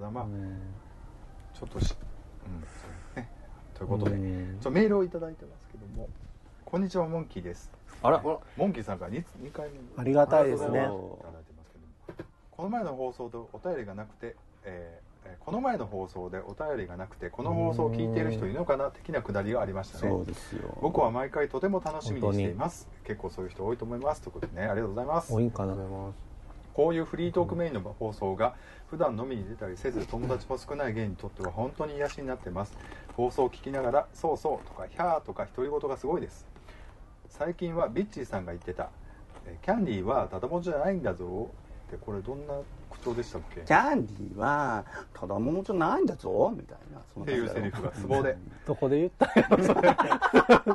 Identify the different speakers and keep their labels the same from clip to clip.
Speaker 1: まあ、
Speaker 2: うん
Speaker 1: ちょっとし、うんそうね、ということで、
Speaker 2: うん
Speaker 1: ちょメールをいただいてますけども「こんにちはモンキーです」
Speaker 2: あら
Speaker 1: モンキーさんから 2, 2回目
Speaker 2: ありがたいですね
Speaker 1: ありがとうございますいただいてますけどもこの前の放送とお便りがなくて、えーえーこの前の放送でお便りがなくてこの放送を聞いている人いるのかな的なくだりがありましたね
Speaker 2: そうですよ
Speaker 1: 僕は毎回とても楽しみにしています結構そういう人多いと思いますということでねありがとうございます
Speaker 2: 多いんかな
Speaker 1: こういうフリートークメインの放送が普段飲みに出たりせず友達も少ない芸にとっては本当に癒しになってます放送を聞きながら「そうそう」とか「ひゃー」とか独り言がすごいです最近はビッチーさんが言ってた「えキャンディーはただもんじゃないんだぞ」ってこれどんな口調でしたっけ
Speaker 3: キャンディーはただものじゃないんだぞみたいなそん
Speaker 1: っ
Speaker 3: な
Speaker 1: ていう
Speaker 3: 感じだよ
Speaker 1: セリフがツボで
Speaker 2: どこで言ったんやろ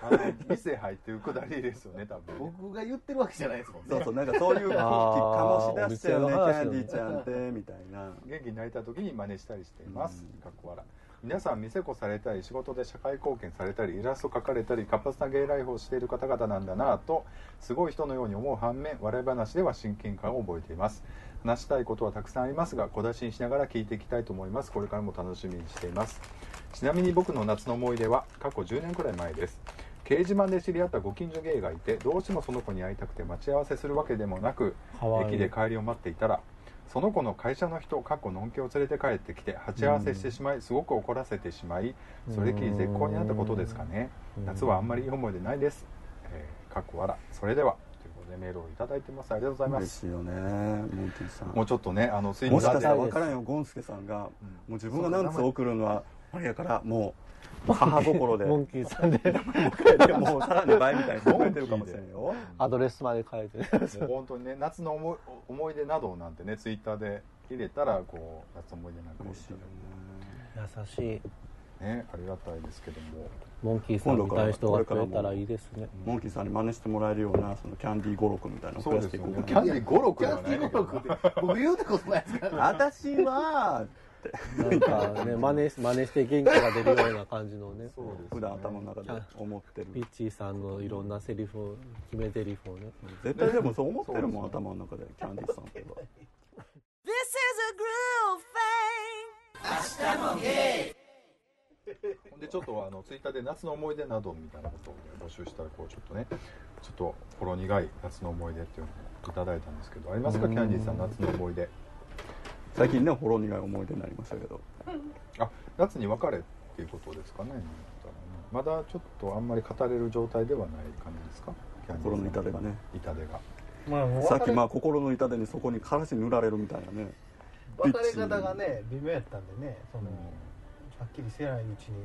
Speaker 1: 「あの店入ってるくだりですよね多分ね
Speaker 3: 僕が言ってるわけじゃないですもんねそうそうなんかそういう空気醸し出しちゃうねキ
Speaker 2: あーお店の話
Speaker 3: ャ
Speaker 2: を
Speaker 3: ン
Speaker 2: ね
Speaker 3: ディーちゃんってみたいな
Speaker 1: 元気になりたい時に真似したりしています、かっこ笑皆さん店子されたり仕事で社会貢献されたりイラスト描かれたり活発な芸ライフをしている方々なんだなぁとすごい人のように思う反面笑い話では親近感を覚えています話したいことはたくさんありますが小出しにしながら聞いていきたいと思いますこれからも楽しみにしていますちなみに僕の夏の思い出は過去10年くらい前です掲示板で知り合ったご近所芸がいてどうしてもその子に会いたくて待ち合わせするわけでもなく
Speaker 2: かわいい
Speaker 1: 駅で帰りを待っていたらその子の会社の人かっこのんけを連れて帰ってきて鉢合わせしてしまい、すごく怒らせてしまいそれきり絶好になったことですかね
Speaker 2: うん
Speaker 1: 夏はあんまりいい思い出ないです、えー、かっこわらそれではということでメールをいただいてますありがとうございま
Speaker 3: ですすよねモンキーさん
Speaker 1: もうちょっとねあのスイッ
Speaker 3: も
Speaker 1: チ
Speaker 3: しかしたら
Speaker 2: わ
Speaker 3: 分からんよゴンスケさんが、もう自分が何通送るのはあれやからもう母心で
Speaker 2: モンキーさんで
Speaker 3: でもうさらに倍みたいに増えてるかもしれんよ
Speaker 2: アドレスまで書いてる
Speaker 1: もう本当にね夏の思い思い出などなんてねツイッターで入れたらこう夏の思い出なんか
Speaker 3: 嬉しいよね
Speaker 2: 優しい
Speaker 1: ねありがたいですけども
Speaker 2: モンキーさんみたいな人が増えたらいいですね
Speaker 3: モンキーさんに真似してもらえるようなそのキャンディー語録みたいなのを増やしていこう
Speaker 1: そうです
Speaker 3: か
Speaker 1: よ
Speaker 3: な、
Speaker 1: ねキャンディー語録ではないんだけど
Speaker 4: キャンディー語録って僕言うたことないですから
Speaker 3: 私は
Speaker 2: なんかね真似し真似して元気が出るような感じのね
Speaker 1: そうです、ね、
Speaker 3: 普段頭の中で思って
Speaker 2: ピ
Speaker 3: る
Speaker 2: ッチーさんのいろんなセリフを決めゼリフをね
Speaker 3: 絶対でもそう思ってるもん頭の中でキャンディーさんってば
Speaker 5: This is a groove thing.
Speaker 1: でちょっとあのツイッターで夏の思い出などみたいなことをね、募集したらこうちょっとねちょっとほろ苦い夏の思い出っていうのをいただいたんですけどありますかキャンディーさん夏の思い出
Speaker 3: 最近ねほろ苦い思い出になりましたけど
Speaker 1: あ夏に別れっていうことですかねまだちょっとあんまり語れる状態ではない感じですかキャンディーさん
Speaker 3: 心の痛手がね
Speaker 1: 痛手が
Speaker 3: さっきまあ心の痛手にそこにからし塗られるみたいなね
Speaker 4: 別れ方がね微妙やったんでねその、はっきりせないうちに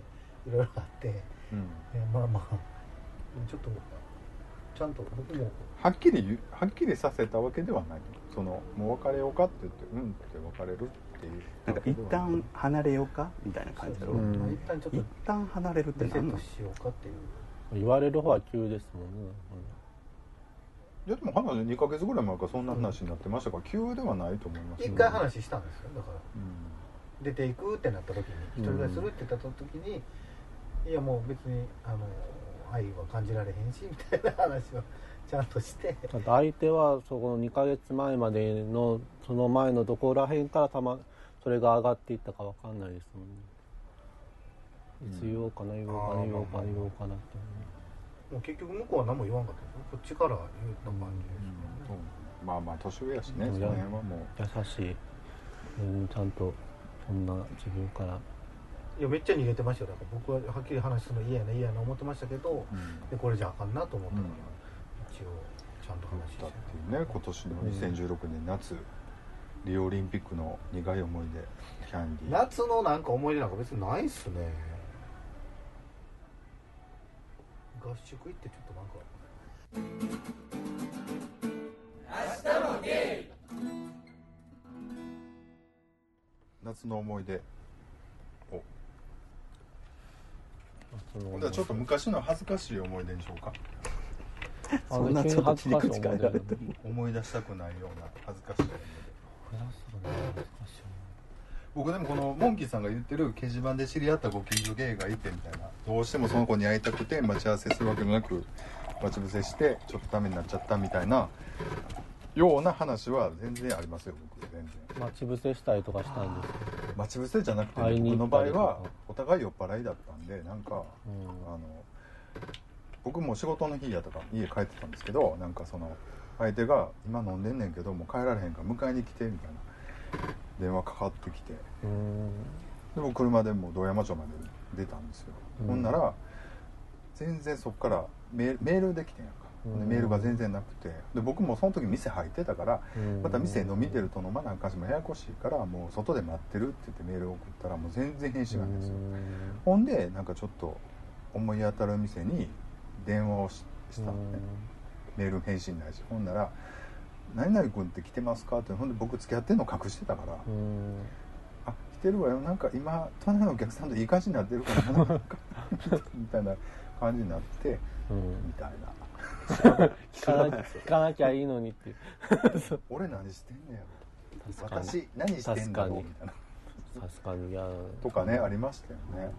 Speaker 4: いろいろあって、
Speaker 1: うん
Speaker 4: えまあまあちょっとちゃんと僕も
Speaker 1: はっきり言うはっきりさせたわけではないそのもう別れようかって言ってうんって別れるっていう
Speaker 3: なんか一旦離れようかみたいな感じだろ、
Speaker 2: うん
Speaker 4: まあ一旦ちょっと
Speaker 3: 一旦離れるって
Speaker 4: リセ
Speaker 3: 何
Speaker 4: ッ
Speaker 3: な
Speaker 4: ト
Speaker 3: の
Speaker 4: しようかっていう
Speaker 2: 言われる方は急ですもんね
Speaker 1: いやでも話2ヶ月ぐらい前からそんな話になってましたから急ではないと思います
Speaker 4: 一
Speaker 1: よ
Speaker 4: 回話したんですよだから
Speaker 1: うん
Speaker 4: 出ていくってなった時に一人暮らしするって言った時に、いやもう別にあの愛は感じられへんしみたいな話はちゃんとして
Speaker 2: だって相手はそこの2ヶ月前までのその前のどこら辺からたまそれが上がっていったかわかんないですもんねいつ言おうかな言おうかな言おうかな言おうかなって
Speaker 4: もう結局向こうは何も言わんかったですよこっちから言った感じですからね、
Speaker 1: うんまあまあ年上やしね、
Speaker 2: うん
Speaker 1: その辺はもう
Speaker 2: 優しい、うん、ちゃんとそんな自分から
Speaker 4: いやめっちゃ逃げてましたよだから僕ははっきり話するの嫌やな嫌やな思ってましたけど、でこれじゃあかんなと思ったから、
Speaker 1: うん
Speaker 4: 一応ちゃんと話して
Speaker 1: だっていうね今年の2016年夏、リオオリンピックの苦い思い出キャンディー
Speaker 4: 夏のなんか思い出なんか別にないっすね合宿行ってちょっとなんか
Speaker 1: 夏の思い出を
Speaker 2: その
Speaker 1: じゃあちょっと昔の恥ずかしい思い出にしようか
Speaker 2: あ
Speaker 3: そんなちょっと切り口変えられても
Speaker 1: 思い出したくないような恥ずかしい思い出僕でもこのモンキーさんが言ってる掲示板で知り合ったご近所芸がいてみたいなどうしてもその子に会いたくて待ち合わせするわけもなく待ち伏せしてちょっとダメになっちゃったみたいなような話は全然ありますよ僕全然
Speaker 2: 待ち伏せしたりとかしたんですけど、
Speaker 1: 待ち伏せじゃなくて
Speaker 2: 会いに
Speaker 1: 僕
Speaker 2: 行
Speaker 1: の
Speaker 2: っ
Speaker 1: 場合
Speaker 2: たりとか
Speaker 1: はお互い酔っ払いだったんでなんかあの僕も仕事の日やとか家帰ってたんですけどなんかその相手が「今飲んでんねんけどもう帰られへんから迎えに来て」みたいな電話かかってきてで
Speaker 2: うん、
Speaker 1: 僕車でもう堂山町まで出たんですよ、
Speaker 2: うん
Speaker 1: ほんなら全然そっからメーメールできてんやんか、
Speaker 2: うん
Speaker 1: でメールが全然なくてで僕もその時店入ってたから
Speaker 2: うん、
Speaker 1: また店飲み出ると飲まなあかんしもややこしいからもう外で待ってるって言ってメールを送ったらもう全然返信がないんですよ、
Speaker 2: うん
Speaker 1: ほんでなんかちょっと思い当たる店に電話をししたのね、メール返信ないしほんなら「何々君って来てますか?」ってほんで僕付き合ってんの隠してたから「
Speaker 2: うん
Speaker 1: あ来てるわよなんか今隣のお客さんといい感じになってるからななんか」みたいな感じになって
Speaker 2: うん
Speaker 1: みたいな
Speaker 2: 聞かな聞かなきゃいいのにっていう
Speaker 1: 「俺何してんねやろ
Speaker 2: 確かに
Speaker 1: 私何してんだろう」
Speaker 2: 確かに
Speaker 1: みたいな
Speaker 2: 確かにいや
Speaker 1: とかねありましたよね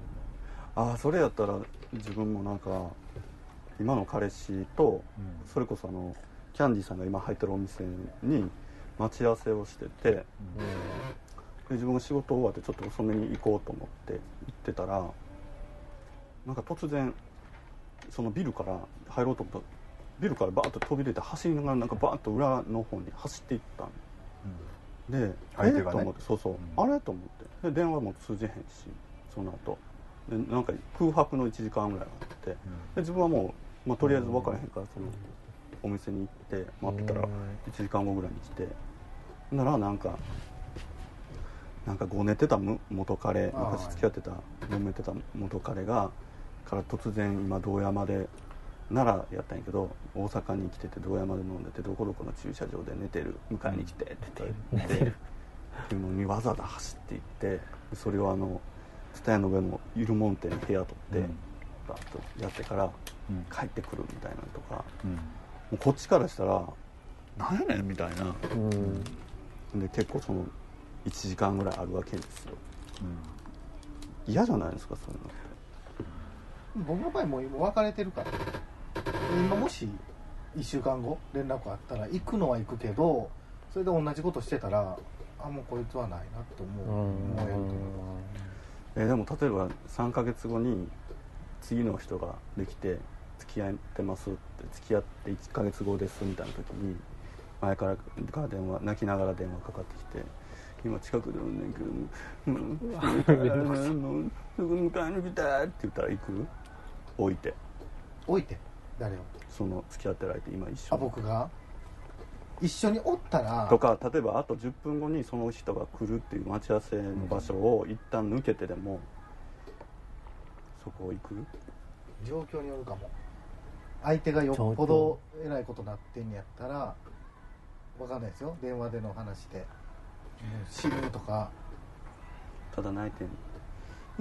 Speaker 3: ああそれやったら自分もなんか今の彼氏と
Speaker 1: うん
Speaker 3: それこそあのキャンディーさんが今入ってるお店に待ち合わせをしててで自分が仕事終わってちょっと遅めに行こうと思って行ってたらなんか突然そのビルから入ろうと思ったビルからバーッと飛び出て走りながらなんかバーッと裏の方に走っていったんで、
Speaker 1: 相手
Speaker 3: え
Speaker 1: がね
Speaker 3: ーと思ってそうそう、
Speaker 1: うん
Speaker 3: あれと思ってで電話も通じへんしその後でなんか空白の1時間ぐらいあってで
Speaker 1: うん
Speaker 3: 自分はもう、まあ、とりあえず分からへんからそのお店に行って待ってたら
Speaker 2: う
Speaker 3: 1
Speaker 2: ん
Speaker 3: 時間後ぐらいに来てならなんかなんかごねてたむ元彼
Speaker 4: あー
Speaker 3: 昔付き合ってた揉めてた元彼がから突然今堂山で奈良やったんやけど大阪に来てて堂山で飲んでてどこどこの駐車場で寝てる迎えに来てって言って寝てるっていうのにわざわざ走っていってでそれをあの蔦屋の上のゆるもん店の部屋取って
Speaker 1: うん
Speaker 3: バッとやってから
Speaker 1: うん
Speaker 3: 帰ってくるみたいなのとかも
Speaker 1: うん
Speaker 3: うこっちからしたら「なんやねん」みたいな
Speaker 2: うん
Speaker 3: で結構その1時間ぐらいあるわけですよ
Speaker 1: うん
Speaker 3: 嫌じゃないですかそういうのって
Speaker 4: 僕の場合もう今別れてるから今もし1週間後連絡あったら行くのは行くけどそれで同じことしてたらあもうこいつはないなって思う思えると思います
Speaker 3: えーでも例えば3ヶ月後に次の人ができて付き合ってますって付き合って1ヶ月後ですみたいな時に前からから電話泣きながら電話かかってきて今近くで飲んでんけどうんうんうんすぐ迎えに来てって言ったら行く置いて
Speaker 4: 置いて誰を
Speaker 3: その付き合ってる相手今一緒
Speaker 4: あ僕が一緒におったら
Speaker 3: とか例えばあと10分後にその人が来るっていう待ち合わせの場所を一旦抜けてでもそこ行く
Speaker 4: 状況によるかも相手がよっぽどえらいことなってんやったらわかんないですよ電話での話で死ぬとか
Speaker 3: ただ泣いてん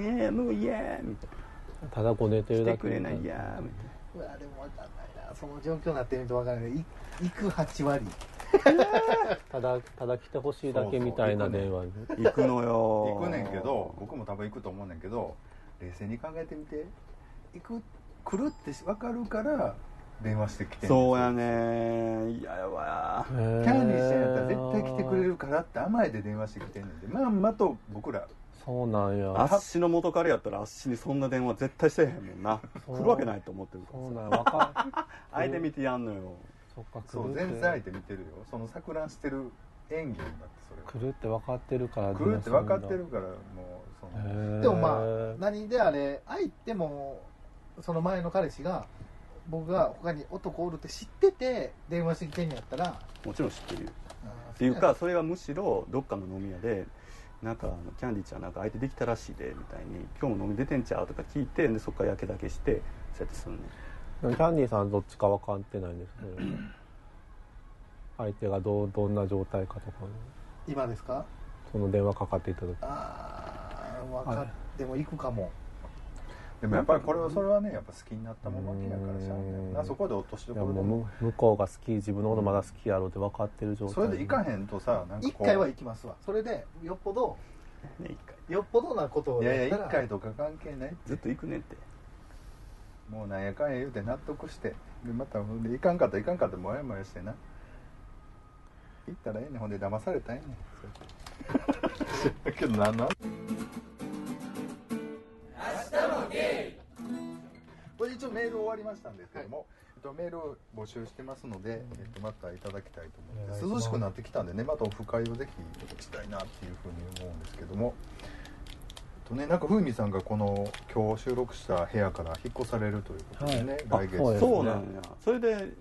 Speaker 3: の「いやもういや」みたい
Speaker 2: ただこう寝て
Speaker 3: な「
Speaker 2: る
Speaker 3: 来
Speaker 2: だけ
Speaker 3: てくれないや」み
Speaker 4: うわでもわかんないなその状況になってみるとわかんないい行く8割
Speaker 2: ただただ来てほしいだけみたいな電話に
Speaker 3: たいな行くのよ
Speaker 1: 行くねんけど僕も多分行くと思うねんけど冷静に考えてみて行く来るって分かるから電話してきてんねん
Speaker 3: そうやねいややば
Speaker 2: キ
Speaker 1: キャンディーしてんやったら絶対来てくれるからって甘えで電話してきてんねんでまんまと僕ら
Speaker 2: そうなんや
Speaker 3: いあっしの元彼やったらあっしにそんな電話絶対してへんもんな
Speaker 2: そう
Speaker 3: 来るわけないと思ってるか
Speaker 2: そう
Speaker 3: ら
Speaker 2: な
Speaker 3: さ
Speaker 2: んやわか
Speaker 3: 相手見てやんのよ
Speaker 2: そっか
Speaker 1: そう
Speaker 2: 来る
Speaker 1: 全然相手見てるよその錯乱してる演技なんだってそれは
Speaker 2: 来るって分かってるから
Speaker 1: 来るって分かってるからもうその
Speaker 4: でもま
Speaker 2: へ
Speaker 4: あ何であれ相手もその前の彼氏が僕が他に男おるって知ってて電話してきてんやったら
Speaker 3: もちろん知ってるよ
Speaker 4: っ
Speaker 3: っていうかそれがむしろどっかの飲み屋でなんかあのキャンディーちゃんなんか相手できたらしいでみたいに「今日も飲み出てんちゃう?」とか聞いてでそっからやけだけしてそうやってすんねん
Speaker 2: でもキャンディーさんどっちか分かってないんですけど 相手がどうどんな状態かとか
Speaker 4: 今ですか
Speaker 2: その電話かかっていた時
Speaker 4: ああ分かっても行くかも
Speaker 1: でもやっぱりこれはそれはねやっぱ好きになったもん負けやからしゃあないよ
Speaker 2: う
Speaker 1: なんそこで落としど
Speaker 2: いや
Speaker 1: ころで
Speaker 2: もう向向こうが好き自分のことまだ好きやろうって分かってる状態
Speaker 1: それで行かへんとさなんか
Speaker 4: 一
Speaker 1: こう
Speaker 4: 回は行きますわそれでよっぽど
Speaker 3: ね一回
Speaker 4: よっぽどなことを
Speaker 1: いやいや
Speaker 4: った
Speaker 1: 一回とか関係ない
Speaker 3: ずっと行くねんって
Speaker 1: もうなんやかんや言うて納得してでまたほんでいかんかったいかんかったもやもやしてな行ったらええねんほんで騙されたらええねんそれ知ら んけどなんなんこれ一応メール終わりましたんですけども、えっと、メールを募集してますので、えっと、またいただきたいと思います
Speaker 2: お願
Speaker 1: 涼
Speaker 2: いします
Speaker 1: しくなってきたんでねまたオフ会をぜひしたいなっていうふうに思うんですけどもえっとねなんか風味さんがこの今日収録した部屋から引っ越されるということでね、
Speaker 3: はい
Speaker 1: 来月
Speaker 2: あそうですね
Speaker 3: そうなんやそれで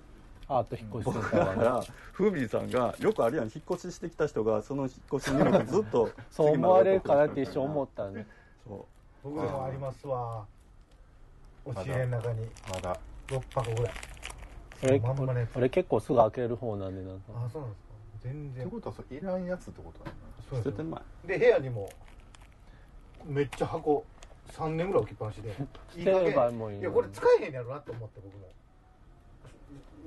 Speaker 2: アート引っ越し
Speaker 3: 僕
Speaker 2: てた
Speaker 3: だか
Speaker 2: から
Speaker 3: らふみさんがよくあるやん引っ越ししてきた人がその引っ越しの荷物ずっと
Speaker 2: そう思われるかなって一
Speaker 3: 緒
Speaker 2: 瞬思った ね
Speaker 3: そ
Speaker 4: 僕でもありますわ押し入れの中に
Speaker 1: まだ
Speaker 4: 6箱ぐらい
Speaker 2: それ
Speaker 4: まんまのやつ
Speaker 2: 俺結構すぐ開ける方なんでなんか
Speaker 4: あそうなんですか全
Speaker 1: って
Speaker 4: 然
Speaker 1: ことはそれいらんやつってことなの
Speaker 4: そうう
Speaker 3: 捨
Speaker 4: で
Speaker 3: てて
Speaker 4: す
Speaker 3: ない
Speaker 4: で部屋にもめっちゃ箱3年ぐらい置きっぱなしでいい
Speaker 2: 捨
Speaker 4: 加
Speaker 2: てれば
Speaker 4: 減
Speaker 2: もういい
Speaker 4: い
Speaker 2: の
Speaker 4: や
Speaker 2: に
Speaker 4: これ使えへんやろなと思って僕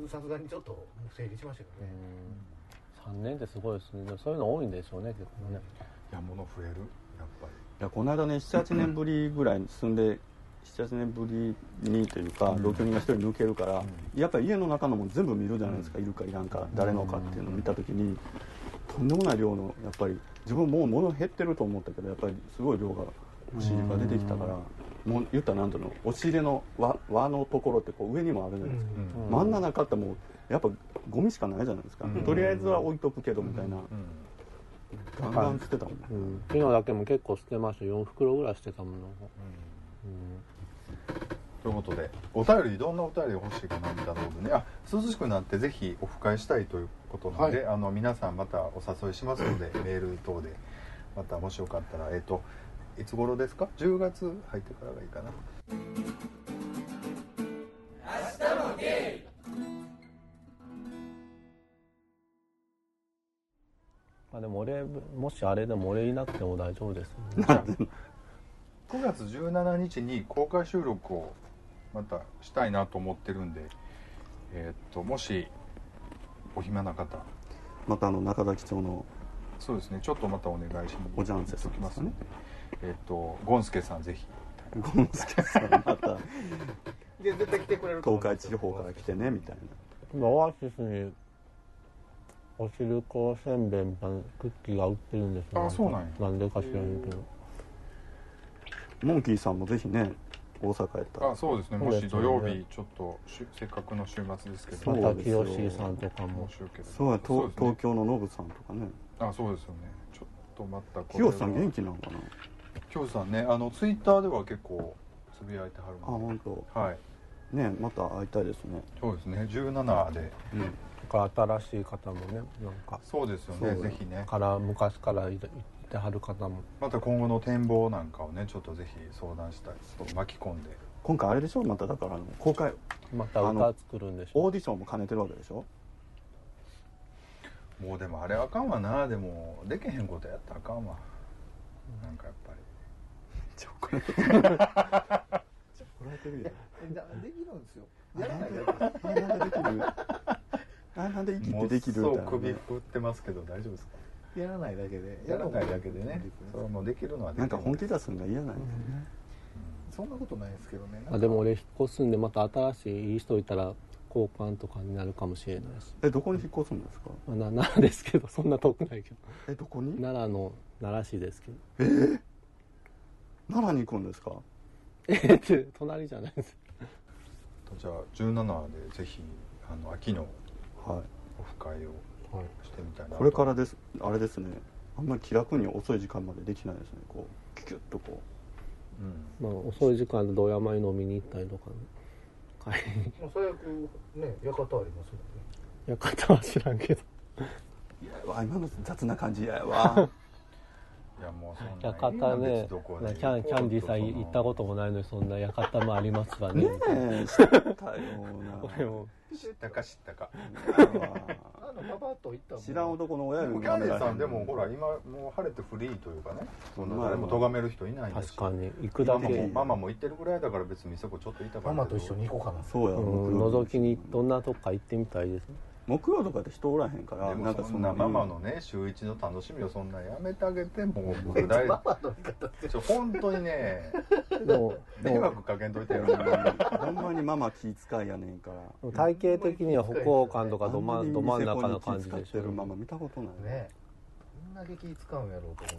Speaker 4: もさすがにちょっともう整理しましたけどね、
Speaker 2: 3年ってすごいですねでもそういうの多いんでしょうね結構ね
Speaker 1: いや物増えるやっぱり
Speaker 3: いやこの間ね78年ぶりぐらいに住んで78年ぶりにというか同居人が一人抜けるから、やっぱり家の中のもん全部見るじゃないですか、いるかいらんか誰のかっていうのを見た時に、とんでもない量のやっぱり自分もう物減ってると思ったけどやっぱりすごい量が押し入れが出てきたから、もう言ったら何との押し入れの輪輪のところってこう上にもあるじゃないですか、
Speaker 4: うん
Speaker 2: うん
Speaker 3: 真ん中中ってもうやっぱゴミしかないじゃないですか、
Speaker 1: うん
Speaker 3: とりあえずは置いとくけどみたいな、
Speaker 1: うん
Speaker 3: ガンガン捨てたもん、
Speaker 2: うん昨日だけも結構捨てました4袋ぐらい捨てたもの、うん、
Speaker 1: ということでお便りどんなお便りが欲しいかなんだろうでねあ涼しくなってぜひオフ会したいということなので、あの皆さんまたお誘いします のでメール等でまたもしよかったらえっ、といつ頃ですか10月入ってからがいいかな
Speaker 2: まあでも俺もしあれでも俺いなくても大丈夫ですね
Speaker 1: 9月17日に公開収録をまたしたいなと思ってるんでえっ、ともしお暇な方
Speaker 3: またあの中崎町の
Speaker 1: そうですねちょっとまたお願いしに
Speaker 3: おじゃんせ
Speaker 1: しと
Speaker 3: さん
Speaker 1: き
Speaker 3: で
Speaker 1: ますす
Speaker 3: か
Speaker 1: の
Speaker 3: ね
Speaker 1: でえっ、とゴンスケさんぜひ
Speaker 3: ゴンスケさんまた
Speaker 4: で絶対来てくれると思
Speaker 3: 東
Speaker 4: うん
Speaker 3: 海
Speaker 4: です
Speaker 3: 地
Speaker 4: よ
Speaker 3: 方から来てねみたい
Speaker 2: 今オアシスにお汁粉せんべいみたいなクッキーが売ってるんですよ
Speaker 1: あそうなんや
Speaker 2: なんでか知らんけど
Speaker 3: なモンキーさんもぜひね大阪やったら
Speaker 1: あそうですね
Speaker 2: そう
Speaker 1: も
Speaker 2: です
Speaker 1: し土
Speaker 2: ね
Speaker 1: 曜日ちょっとしせっかくの週末ですけど
Speaker 3: そう
Speaker 2: また
Speaker 3: ですよ
Speaker 2: 清さんとかも
Speaker 1: 申し訳ない
Speaker 3: そうや
Speaker 1: そうです
Speaker 3: 東
Speaker 1: ね
Speaker 3: 東京のノブさんとかね
Speaker 1: あそうですよねちょっと待ったこれ
Speaker 3: 清
Speaker 1: は
Speaker 3: さん元気なのかな
Speaker 1: 清さんねあのツイッターでは結構つぶやいてはる
Speaker 3: あ
Speaker 1: の
Speaker 3: 本当。
Speaker 1: ではい
Speaker 3: ねまた会いたいですね
Speaker 1: そうですね17で
Speaker 2: だから新しい方もねなんか
Speaker 1: そうですよねぜひね
Speaker 2: から昔からいいてはる方も
Speaker 1: また今後の展望なんかをねちょっとぜひ相談したいちょっと巻き込んで
Speaker 3: 今回あれでしょまただからあの公開
Speaker 2: また歌作るんでし
Speaker 3: オ
Speaker 2: ょ
Speaker 3: ーディションも兼ねてるわけでしょ
Speaker 1: もうでもあれあかんわなでもでけへんことやったらあかんわなんかやっぱり
Speaker 3: こらえてるやん
Speaker 4: えだできるんですよやらないだ
Speaker 3: あなん でできるあなんで息ってできるみ
Speaker 1: もうそ
Speaker 3: たい
Speaker 1: う
Speaker 3: な
Speaker 1: 首
Speaker 3: ね
Speaker 1: 振ってますけど大丈夫ですか
Speaker 4: けやらないだけで
Speaker 1: やらないだけでねそれはもうできるのはできる
Speaker 3: なんか本気出すのが嫌なんやね
Speaker 4: そんなことないですけどね
Speaker 2: あでも俺引っ越すんでまた新しいいい人いたら交換とかになるかもしれないし、
Speaker 3: えどこに引っ越すんですか
Speaker 2: まあ、な 奈良ですけどそんな遠くないけど
Speaker 3: えどこに
Speaker 2: 奈良の奈良市ですけど
Speaker 3: 奈良に行くんですか
Speaker 2: えって隣じゃないです
Speaker 1: じゃあ17でぜひあの秋の
Speaker 3: はい
Speaker 1: オフ会を
Speaker 2: はい
Speaker 1: してみたいな
Speaker 3: これからですあれですねあんまり気楽に遅い時間までできないですねこうキュッとこ
Speaker 1: うん
Speaker 2: まあ、遅い時間で堂山に飲みに行ったりとか、ね、買いに
Speaker 4: もう最悪ね館ありますもんね
Speaker 2: 館は知らんけど
Speaker 3: ういやわ今の雑な感じ嫌や わ
Speaker 1: いやもうそんなん
Speaker 2: 館
Speaker 1: いいやん
Speaker 2: ね
Speaker 1: 別にどこ
Speaker 2: な
Speaker 1: で
Speaker 2: キャンキャンディーさん
Speaker 1: その
Speaker 2: 行ったこともないのにそんな館もありますわね
Speaker 3: ねえ知ったよ
Speaker 2: こ
Speaker 3: う
Speaker 2: れ
Speaker 3: な
Speaker 2: も
Speaker 1: 知ったか知ったか
Speaker 4: あのパパッと行ったも ん
Speaker 3: 知らん男の親
Speaker 1: で
Speaker 3: より
Speaker 1: も
Speaker 3: も
Speaker 1: キャンディーさんでもほら今もう晴れてフリーというかねそんな誰も咎める人いないんだし
Speaker 2: 確かに行くだ
Speaker 1: ママも
Speaker 2: け
Speaker 1: ママも行ってるぐらいだから別にそこちょっといたか
Speaker 4: マ
Speaker 1: ら
Speaker 4: マと一緒に行こうかな
Speaker 3: そうや
Speaker 2: うん
Speaker 3: 僕
Speaker 2: 覗きにどんなとこか行ってみたいですね
Speaker 3: 木曜とかって人おらへんから
Speaker 1: で
Speaker 3: なん
Speaker 1: も
Speaker 3: か
Speaker 1: そんなママの
Speaker 3: ね
Speaker 1: ね週一の楽しみをそんなやめてあげてもう僕大
Speaker 4: ママの言い方
Speaker 1: ちょ本当にね
Speaker 2: でもで
Speaker 1: 迷
Speaker 2: も
Speaker 1: 惑かけんといてよ
Speaker 3: ほんまにママ気遣いやねんから
Speaker 2: でも体型的には歩行感とかど
Speaker 3: あ
Speaker 2: 真
Speaker 3: ん
Speaker 2: ん
Speaker 3: ま
Speaker 2: ど真ん
Speaker 3: りニセコ
Speaker 2: 中な
Speaker 3: に
Speaker 2: 感
Speaker 3: 気
Speaker 2: じ
Speaker 3: 遣っ
Speaker 2: でしてょ
Speaker 3: るママ見たことない
Speaker 4: ねこんだけ気使うんやろうと思います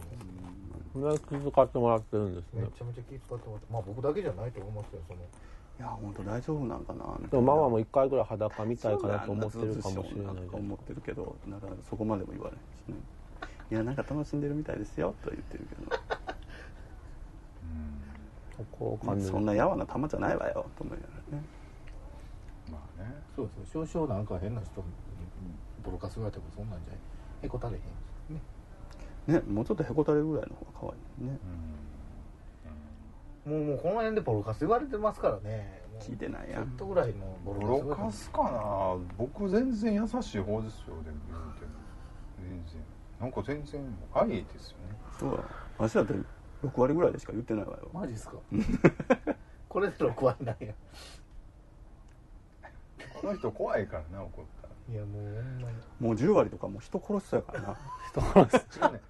Speaker 2: そんなに気遣ってもらってるんです
Speaker 4: め
Speaker 2: ね
Speaker 4: ちゃめちゃ気使ってますまあ僕だけじゃないと思いますよその
Speaker 3: いや本当大丈夫なんかな
Speaker 2: でもママも一回ぐらい裸みたいかなと思ってるかもしれない
Speaker 3: そう
Speaker 2: で
Speaker 3: ん
Speaker 2: す
Speaker 3: だ思ってるけどなかなかそこまでも言わないしねいやなんか楽しんでるみたいですよとは言ってるけ
Speaker 2: 歩行
Speaker 3: ど、
Speaker 2: 感で
Speaker 3: そんなやわな玉じゃないわよと思いながらね
Speaker 1: まあね
Speaker 4: そうですね少々なんか変な人にボロカス言われてもそんなんじゃへこたれへんね
Speaker 3: ねもうちょっとへこたれるぐらいの方が可愛いね
Speaker 4: もうもうこの辺でボロカス言われてますからねもう
Speaker 3: 聞いてないや
Speaker 4: ちょっ
Speaker 3: ん
Speaker 4: とぐらいのボロカ
Speaker 1: ボ
Speaker 4: ス言わ
Speaker 1: ロ
Speaker 4: れても
Speaker 1: カスかな僕全然優しい方ですよでも言うても全然なんか全然愛ですよね
Speaker 3: そうやわしだって6割ぐらいでしか言ってないわよ
Speaker 4: マジっすかこれで6割なんや
Speaker 1: この人怖いからな怒ったら
Speaker 4: いやもうほんまに
Speaker 3: もう10割とかもう人殺しそうやからな
Speaker 1: 違うね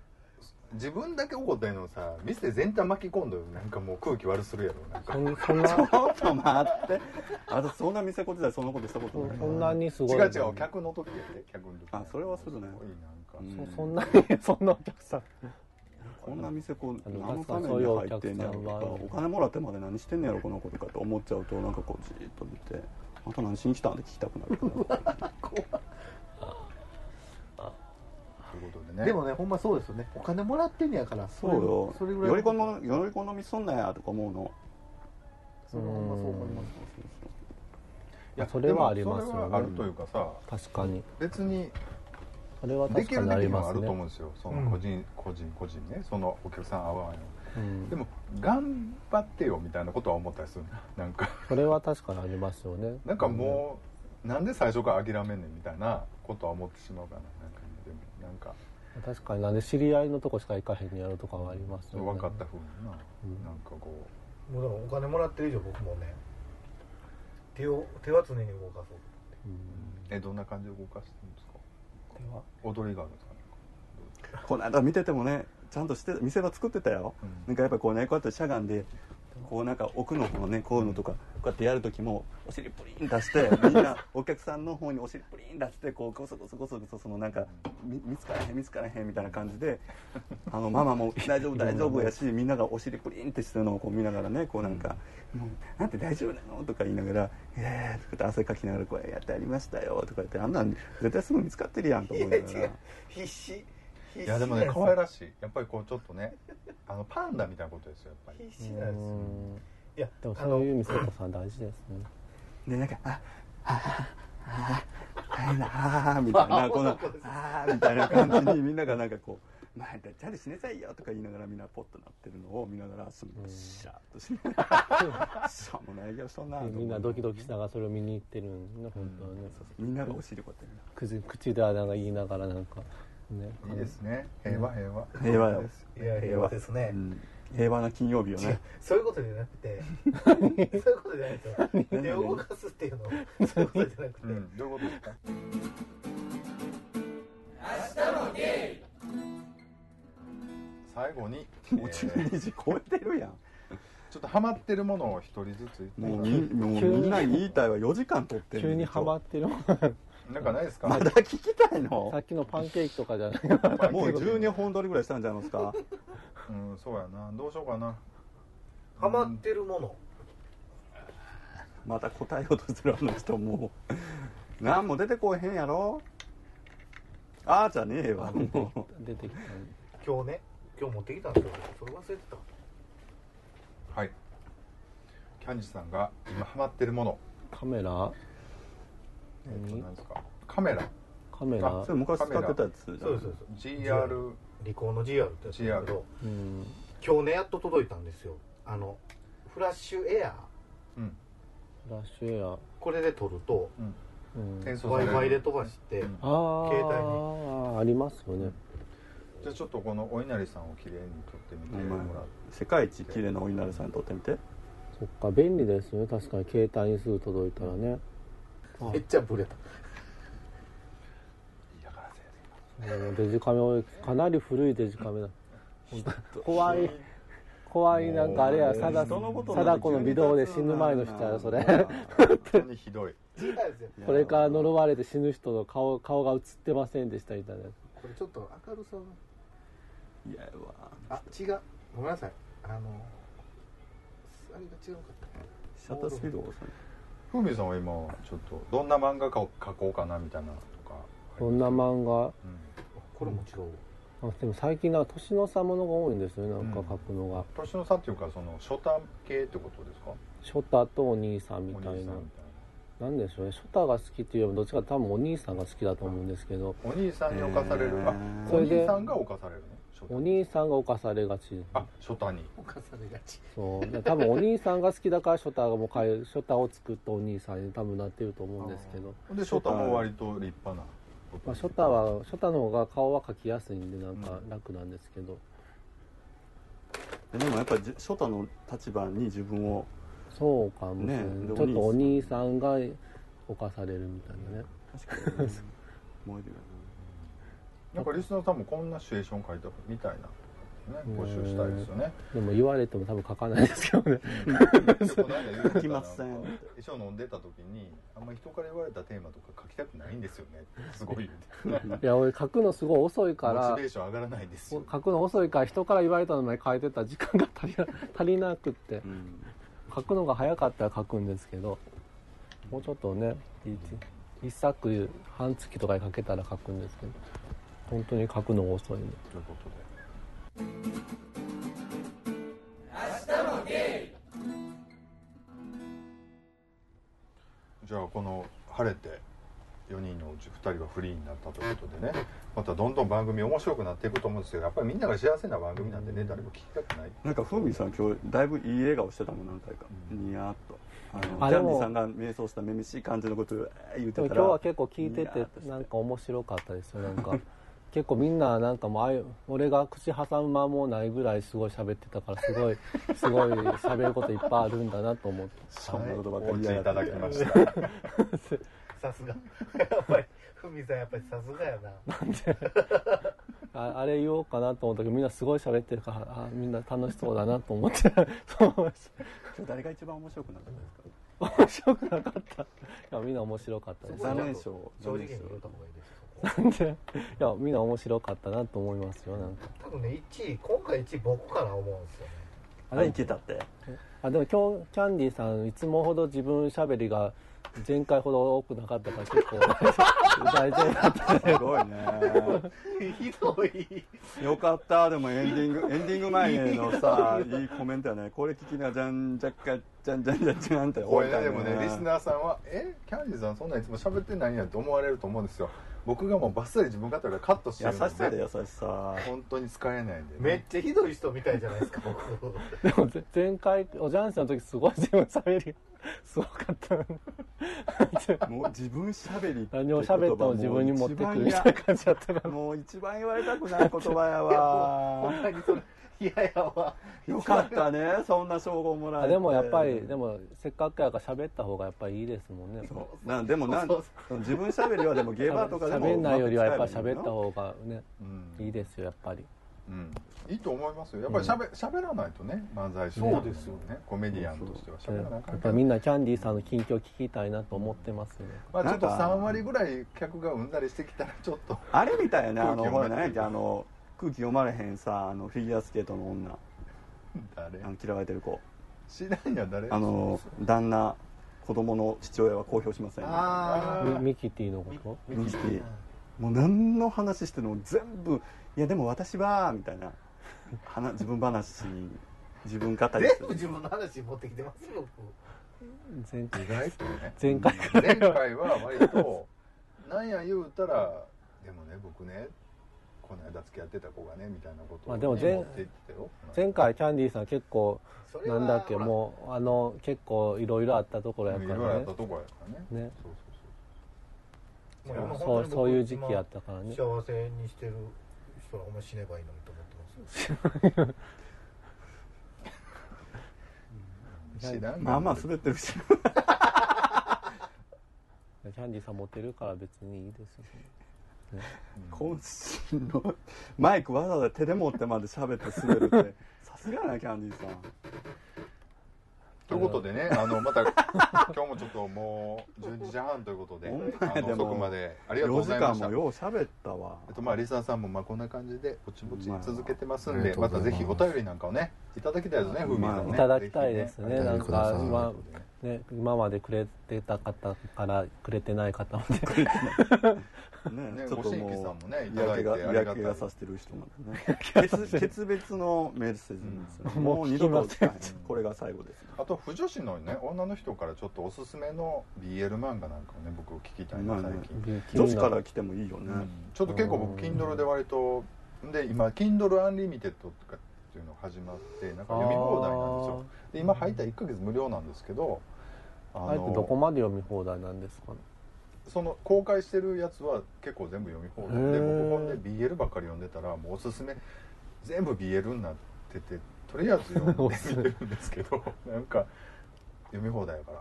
Speaker 1: 自分だけ怒ったのをさ店全体巻き込んだよなんかもう空気悪するやろなんか
Speaker 2: そんそんな
Speaker 3: ちょっと待ってあとそんな店子時代そんなことしたことない
Speaker 2: そんなにすごい
Speaker 1: 違う違う客の時やで客の時
Speaker 3: あそれはするね
Speaker 1: ごいなんか、
Speaker 3: うん
Speaker 2: そそんなにそんなお客さん
Speaker 3: こんな店こう
Speaker 2: あの
Speaker 3: 何のために入ってんねやろとか
Speaker 2: そういうお客さんは
Speaker 3: お金もらってまで何してんねやろこの子とかって思っちゃうとなんかこうじーっと見てまた何しに来たんって聞きたくなるから
Speaker 1: ということでね
Speaker 4: でもねほんまそうですよねお金もらってんねやから
Speaker 3: そうよ
Speaker 4: それぐらい
Speaker 3: より好みより好みそんなやとか思うの
Speaker 4: それはほんまそう思います
Speaker 1: いや
Speaker 2: それはあります
Speaker 1: でも
Speaker 2: よね
Speaker 1: それはあるというかさ
Speaker 2: 確かに
Speaker 1: 別に
Speaker 2: それは
Speaker 1: で
Speaker 2: 確
Speaker 1: き
Speaker 2: か
Speaker 1: る
Speaker 2: にあ
Speaker 1: だけ
Speaker 2: り
Speaker 1: に
Speaker 2: ま
Speaker 1: はあ
Speaker 2: す
Speaker 1: る
Speaker 2: ね
Speaker 1: と思うんですよその個人、個人個人ねそのお客さん合わんよ
Speaker 2: うん
Speaker 1: でも頑張ってよみたいなことは思ったりするなんか
Speaker 2: それは確かにありますよね
Speaker 1: なんかもう、なんで最初から諦めんねんみたいなことは思ってしまうかななんかでもなんか
Speaker 2: うん確かになんで知り合いのとこしか行かへんやろとかはありますよね
Speaker 1: 分かったふうにな、
Speaker 2: うん
Speaker 1: なんかこう
Speaker 4: もうだからお金もらってる以上僕もね手を手は常に動かそう
Speaker 2: うん
Speaker 1: えどんな感じで動かしてるんですか
Speaker 2: では
Speaker 1: 踊りがあるんですかね
Speaker 3: この間見ててもねちゃんとして店は作ってたよ、
Speaker 1: うん
Speaker 3: なんかやっぱこうねこうやってしゃがんでこうなんか奥の方ねこういうのとかこうやってやる時もお尻プリン出 してみんなお客さんの方にお尻プリン出してこうゴソゴソゴソゴソそのなんかみ見つからへん見つからへんみたいな感じであのママも大丈夫大丈夫やしみんながお尻プリンってしてるのをこう見ながらねこうなんか「もうなんて大丈夫なの?」とか言いながら「ええー」とかって汗かきながら「こうやってやりましたよ」とか言ってあんなん絶対すぐ見つかってるやんと思いながら。
Speaker 4: 必死必
Speaker 1: いやでもね可愛らしいやっぱりこうちょっとねあのパンダみたいなことですよやっぱり
Speaker 4: 必死なんですよ
Speaker 2: うん
Speaker 4: いや
Speaker 2: でも
Speaker 4: あ
Speaker 2: そう
Speaker 4: の
Speaker 2: いう店子さん大事ですね
Speaker 3: でなんか「あああああなあ」みたいなこの「ああ」みたいな感じにみんながなんかこう「まあチャレしなさいよ」とか言いながらみんなポッとなってるのを見ながらシャーっとして「しょうもないよそんな」
Speaker 2: でみんなドキドキしながらそれを見に行ってるんね本当はね
Speaker 3: みんながお尻こうやって
Speaker 2: 口口ではなんか言いながらなんかね
Speaker 1: いいですね平和平和
Speaker 3: 平和よ
Speaker 1: です
Speaker 4: いや平和ですね、
Speaker 3: うん平和な金曜日よ
Speaker 4: 違う
Speaker 3: ね
Speaker 4: そういうことじゃなくてそういうことじゃないですよ手を動かすっていうのそういうことじゃなく
Speaker 1: う
Speaker 4: て、
Speaker 1: んどういうことですか最後に、え
Speaker 3: もう
Speaker 1: ー
Speaker 3: 12時超えてるやん
Speaker 1: ちょっとハマってるものを一人ずつ言
Speaker 3: もう
Speaker 1: って
Speaker 3: み
Speaker 1: み
Speaker 3: もうみんな言いたいわ4時間撮ってる
Speaker 2: 急にハマってるもん さ
Speaker 1: なんかないですか、
Speaker 3: まだ聞きたいの
Speaker 2: っきのパンケーキとかじ ゃない
Speaker 3: もう12本撮りぐらいしたんじゃないですか
Speaker 1: うんそうやなどうしようかな
Speaker 4: ハマってるもの
Speaker 3: また答えようとするあの人もう何も出てこうへんやろああじゃねえわもう
Speaker 2: 出てきたね
Speaker 4: 今日ね今日持ってきたんですよそれ忘れてた
Speaker 1: はいキャンジさんが今ハマってるもの、
Speaker 2: カメラ
Speaker 1: えっと何ですかカメラ
Speaker 2: カメ
Speaker 1: あ
Speaker 2: ラ
Speaker 3: それ昔使ってたやつじゃ
Speaker 4: そ
Speaker 3: ん
Speaker 4: うですそうです
Speaker 1: GR
Speaker 4: リコーの GR ってやつですけど
Speaker 2: うん
Speaker 4: 今日ねやっと届いたんですよあのフラッシュエア
Speaker 1: うん
Speaker 2: フラッシュエア
Speaker 4: これで撮ると
Speaker 1: うん
Speaker 2: うん
Speaker 1: 転
Speaker 4: w
Speaker 1: 送
Speaker 4: i
Speaker 1: さ
Speaker 4: f i
Speaker 1: れ
Speaker 4: で
Speaker 1: る
Speaker 4: 飛ばして、
Speaker 1: うん
Speaker 2: あー
Speaker 4: 携
Speaker 2: ありますよね
Speaker 1: じゃあちょっとこのお稲荷さんをきれいに撮ってみてもらって
Speaker 3: 世界一綺麗なお稲荷さんに撮ってみて
Speaker 2: そっか便利ですよね確かに携帯にすぐ届いたらね
Speaker 4: めっちゃブレた
Speaker 2: もうデジカメをかなり古いデジカメだ怖い怖いなんかあれや貞子の微動で死ぬ前の人やそれ
Speaker 1: 本当にひどい
Speaker 4: 聞いたんですよ
Speaker 2: これから呪われて死ぬ人の顔顔が映ってませんでしたみたいな
Speaker 4: これちょっと明るさを
Speaker 3: いやうわ
Speaker 4: あ違うごめんなさいあのあれが違うかった
Speaker 3: シャッタースピードが遅い
Speaker 1: ふみさんは今ちょっとどんな漫画かを描こうかなみたいなのとか
Speaker 2: どんな漫画
Speaker 1: う
Speaker 4: これも違う
Speaker 2: あでも最近なんか年の差ものが多いんですよねなんか書くのが、
Speaker 1: ん年の差っていうかその初短系ってことですか
Speaker 2: ショタとお兄さんみ
Speaker 1: お兄
Speaker 2: た
Speaker 1: さん
Speaker 2: い
Speaker 1: みた
Speaker 2: ない
Speaker 1: な
Speaker 2: なんでしょうねショタが好きっていうよりもどっちかというと多分お兄さんが好きだと思うんですけど
Speaker 1: お兄さんに侵される、
Speaker 3: へ
Speaker 1: あ
Speaker 3: ー
Speaker 1: お兄さんが侵されるね初短
Speaker 2: お兄さんが犯されがち
Speaker 1: あ初短に
Speaker 4: 犯されがち
Speaker 2: そうだから多分お兄さんが好きだからショタがもう変えショタを作ったお兄さんに多分なってると思うんですけど
Speaker 1: で初短も割と立派な
Speaker 2: まあ、ショタはショタの方が顔は描きやすいんでなんか楽なんですけど、
Speaker 3: でもやっぱりじショタの立場に自分を
Speaker 2: そうかもしれない、
Speaker 3: ね
Speaker 2: ち
Speaker 3: で
Speaker 2: ょっとお兄さんが犯されるみたいなね
Speaker 3: 確 かに、ね、燃えるよ
Speaker 1: なんかリスナーさんもこんなシチュエーション書いたみたいなね募集したいですよ ね
Speaker 2: でも言われても多分書かないですけど
Speaker 1: で
Speaker 2: ね
Speaker 1: この間言うてた
Speaker 3: 来ません
Speaker 1: なんか一緒に飲んでた時にあんま人から言われたテーマとか書きたくないんですよねすごい言うてモ
Speaker 2: いや俺書くのすごい遅い か
Speaker 1: チ
Speaker 2: ら
Speaker 1: ベーション上がらないんですよ
Speaker 2: 書くの遅いから人から言われたのに書いてた時間が足りな足りなくって
Speaker 3: な、うん
Speaker 2: 書くのが早かったら書くんですけどもうちょっとねい一作半月とかに書けたら書くんですけど本当に書くのが遅いね
Speaker 1: ということでじゃあこの晴れて4人のうち2人はフリーになったということでねまたどんどん番組面白くなっていくと思うんですけどやっぱりみんなが幸せな番組なんでね誰も聞きたくない
Speaker 3: なんかふみさん今日だいぶいい笑顔してたもん何回か
Speaker 1: うん
Speaker 3: ニヤッとあの
Speaker 2: あ
Speaker 3: キ
Speaker 2: で
Speaker 3: ャン
Speaker 2: も
Speaker 3: ディさんが瞑想しためめしい感じのことをえー言っ
Speaker 2: で
Speaker 3: て
Speaker 2: も
Speaker 3: たら
Speaker 2: 今日は結構聞いて
Speaker 3: ニヤ
Speaker 2: て
Speaker 3: ッとして
Speaker 2: なんか面白かったですよなんか 結構みんななんかもうああいう俺が口挟む間もないぐらいすごい喋ってたからすごい すごい喋ることいっぱいあるんだなと思って
Speaker 3: そんなことばっかり
Speaker 1: お
Speaker 3: 言
Speaker 1: 家
Speaker 3: い
Speaker 1: い
Speaker 3: や
Speaker 1: た
Speaker 3: がっ
Speaker 1: だ
Speaker 3: て
Speaker 1: きました
Speaker 4: さすがやっぱりふみさんやっぱりさすがやな
Speaker 2: ああれ言おうかなと思ったけどみんなすごい喋ってるからあみんな楽しそうだなと思って そう
Speaker 3: 今日誰が一番面白くなったんですか
Speaker 2: 面白くなかったいやみんな面白かったです
Speaker 3: 残念賞
Speaker 4: 正直に
Speaker 3: 残念
Speaker 4: 言う
Speaker 3: 賞
Speaker 4: た方がいいですよ
Speaker 2: なんでいやみんな面白かったなと思いますよなんか
Speaker 4: 多分ね1位今回1位僕かな思うんですよね
Speaker 3: あれいけたって
Speaker 2: あでも今日キャンディーさんいつもほど自分喋りが前回ほど多くなかったから結構大丈夫だった
Speaker 3: すごいね
Speaker 4: ひど い
Speaker 3: よかったでもエンディングエ ンディング前のさいいコメントやねこれ聞きなじゃんじゃっかじゃんじゃんじゃんじゃん って
Speaker 1: こ
Speaker 3: 終
Speaker 1: れ
Speaker 3: えた
Speaker 1: ねでもねリス
Speaker 3: ー
Speaker 1: ナーさんは「えキャンディーさんそんないつも喋ってないやん」って思われると思うんですよ僕がもうバッサリ自分語りでカットして
Speaker 3: 優
Speaker 1: る
Speaker 3: し
Speaker 1: んで
Speaker 3: さで優 しさ
Speaker 1: 本当に疲れないんで、ね、
Speaker 4: めっちゃひどい人みたいじゃないですか僕
Speaker 2: でもぜ前回おじゃんさんの時すごい自分喋りが すごかったのに
Speaker 3: もう自分しゃべりって
Speaker 2: 何を喋っても自分に持ってくるみたいな感じだったから
Speaker 3: もう一番言われたくない言葉や
Speaker 4: ほん
Speaker 3: わ
Speaker 4: まにそれいやいやわ
Speaker 3: よかったねそんな称号もらえ
Speaker 2: あ
Speaker 3: て
Speaker 2: でもやっぱりでもせっかくやから喋った方がやっぱりいいですもんね
Speaker 3: そうなんでもなん
Speaker 4: そう
Speaker 3: 自分しゃべりはでもゲーバーとかでも
Speaker 2: 喋んないよりはやっぱり喋った方がね
Speaker 1: うん
Speaker 2: いいですよやっぱり
Speaker 1: うん、いいと思いますよやっぱりしゃべ、喋らないとね漫才師
Speaker 4: そうですよ
Speaker 1: ねコメディアンとしては
Speaker 2: うん
Speaker 1: 喋らなあか
Speaker 2: や
Speaker 1: ん
Speaker 2: っ
Speaker 1: か
Speaker 2: ぱ
Speaker 1: ら
Speaker 2: みんなキャンディーさんの近況聞きたいなと思ってますよね
Speaker 1: まあ、ちょっと
Speaker 3: なんか
Speaker 1: 3割ぐらい客がうんざりしてきたらちょっと
Speaker 3: あれみたいやねあの
Speaker 1: 空気読ま
Speaker 3: ほ
Speaker 1: れ
Speaker 3: ら何やっけあの空気読まれへんさあのフィギュアスケートの女
Speaker 1: 誰
Speaker 3: あの嫌われてる子
Speaker 1: 知らんや誰
Speaker 3: あの旦那子供の父親は公表しません
Speaker 4: あ
Speaker 2: ミミキティのこと
Speaker 3: ミキティもう何の話してるのも全部いやでも私はみたいな話自分話自分語りす
Speaker 4: 全部
Speaker 3: る
Speaker 4: 自分の話持ってきてますよ
Speaker 2: 前回
Speaker 1: 意外とね
Speaker 2: 前回から
Speaker 1: 前回は割となんや言うたら「でもね僕ねこの間付き合ってた子がね」みたいなことを、
Speaker 2: まあ
Speaker 1: ね
Speaker 2: でも前
Speaker 1: 持っていってよ
Speaker 2: 前回キャンディーさん結構
Speaker 4: それ
Speaker 2: な
Speaker 4: は
Speaker 2: んだっけ
Speaker 4: ほら
Speaker 2: もうあの結構いろいろあったところ
Speaker 1: い
Speaker 2: や
Speaker 1: ろ
Speaker 2: か
Speaker 1: いろや
Speaker 2: ら
Speaker 1: っ
Speaker 2: ね
Speaker 1: たとこやからね
Speaker 2: ね
Speaker 1: そうそうそう
Speaker 4: も今本
Speaker 2: そ
Speaker 4: 当
Speaker 2: う
Speaker 4: に僕
Speaker 2: そういう時期やったからね
Speaker 4: 幸せにしてる人はお前死ねばいいのにと思ってます
Speaker 1: 知らん
Speaker 3: まあまあ
Speaker 1: す
Speaker 3: 滑ってるし
Speaker 2: キャンディーさんモテるから別にいいですよですね
Speaker 3: 渾身のマイクわざわざ手で持ってまで喋って滑るってさすがやなキャンディーさん
Speaker 1: ということでね、あのまた 今日もちょっともう12時半ということで、
Speaker 3: ほんまや
Speaker 1: あの
Speaker 3: でも
Speaker 1: 遅くまでありがとう
Speaker 3: 4
Speaker 1: ご
Speaker 3: 時
Speaker 1: ざいま
Speaker 3: 間
Speaker 1: した
Speaker 3: も。よう喋ったわ
Speaker 1: えっとまあリスナーさんもまあこんな感じでぼちぼち続けてますん
Speaker 6: まああり
Speaker 1: で、
Speaker 6: がとう
Speaker 1: ま
Speaker 6: ございま
Speaker 1: た
Speaker 6: す
Speaker 1: ぜひお便りなんかをねいただきたいですね、ふみさんね。
Speaker 2: いただきたいですね
Speaker 1: ぜひ
Speaker 2: なん
Speaker 6: くだ
Speaker 2: か
Speaker 6: さい
Speaker 2: 今,、ね、今までくれてた方からくれてない方ま で
Speaker 3: ね
Speaker 1: ね
Speaker 3: ちょっ
Speaker 1: ご
Speaker 3: と
Speaker 1: 新規さ
Speaker 3: も
Speaker 1: んも
Speaker 3: う
Speaker 1: ねいただいて
Speaker 3: 嫌気が
Speaker 1: ありがた
Speaker 3: 嫌
Speaker 1: い
Speaker 3: 気がさしてる人までね 決決別のメールせずにですね
Speaker 2: うん
Speaker 3: もう二度
Speaker 2: もう
Speaker 3: と
Speaker 2: 聞きません
Speaker 3: はいこれが最後ですね
Speaker 1: あと不女子のね女の人からちょっとおすすめの BL 漫画なんかをね僕聞きたいな
Speaker 3: まあ
Speaker 1: 最
Speaker 3: ね
Speaker 1: 近、
Speaker 3: 女子から来てもいいよ
Speaker 1: う
Speaker 3: ね
Speaker 1: んちょっと結構僕 Kindle で割とで今 Kindle Unlimited とかっていうのが始まってなんか読み放題なんですよで今入った1ヶ月無料なんですけどあ
Speaker 2: あれってどこまで読み放題なんですかね
Speaker 1: その公開してるやつは結構全部読み放題
Speaker 2: へ
Speaker 1: で
Speaker 2: ー
Speaker 1: 僕本で BL ばっかり読んでたらもうおすすめ全部 BL になっててとりあえず読んでみてるんですけ どなんか読み放題やか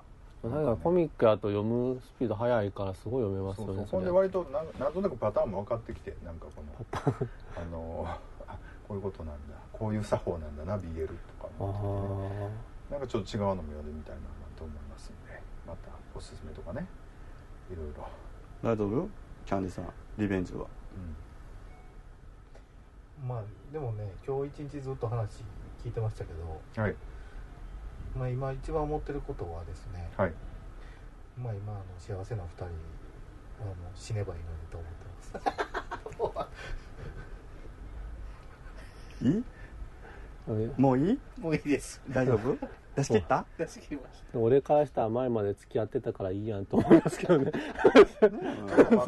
Speaker 1: ら
Speaker 2: なんかコミックやと読むスピード速いからすごい読めます
Speaker 1: そ
Speaker 2: よ
Speaker 1: うそうほんで
Speaker 2: ねそれ
Speaker 1: 割となんなんとなくパターンも分かってきてなんかこのあのあこういうことなんだこういう作法なんだな BL とか
Speaker 2: あ
Speaker 1: もなんかちょっと違うのも読んでみたいなと思いますんでまたおすすめとかねいろいろ、
Speaker 3: 大丈夫キャンディーさんリベンジは
Speaker 1: うん
Speaker 4: まあでもね今日一日ずっと話聞いてましたけど、
Speaker 1: はい
Speaker 4: まあ、今一番思ってることはですね、
Speaker 1: はい
Speaker 4: まあ、今あの幸せな二人はもう死ねばいいのにと思ってま
Speaker 3: いい
Speaker 2: ーえ
Speaker 3: もういい
Speaker 4: すもういいです
Speaker 3: 大丈 夫出し切った
Speaker 4: 出し切りまし
Speaker 2: 俺からしたら前まで付き合ってたからいいやんと思いますけど ね
Speaker 1: 待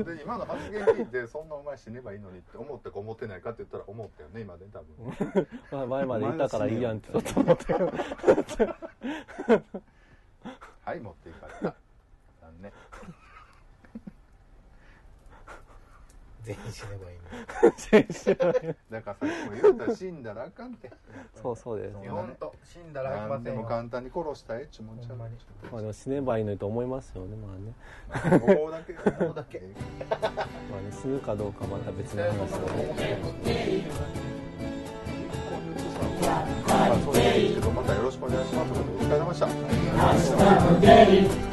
Speaker 1: って今の発言聞いてそんなお前死ねばいいのにって思ったか思ってないかって言ったら思ったよね今ね多分
Speaker 2: まあ前までいたからいいやんってちょっと思って
Speaker 1: はい持っていかれた残念
Speaker 4: た全員死ねばいいのに
Speaker 1: だからさっきも言うたら死んだらあかん って
Speaker 2: そうそうです
Speaker 1: そ
Speaker 4: 日
Speaker 1: う
Speaker 4: 本と死んだらあきま
Speaker 1: 何
Speaker 4: せ
Speaker 1: で
Speaker 4: ん
Speaker 1: も
Speaker 4: よ
Speaker 1: 簡単に殺したえっちゅうもんちゃう
Speaker 4: ほんまに
Speaker 2: まあでも死ねばいいのにと思いますよねまあね
Speaker 1: 思うだけ思うだけ
Speaker 2: まあね死ぬかどうかまた別の話ですよね
Speaker 1: まあそうですけどまたよろしくお願いしますお疲れ様でした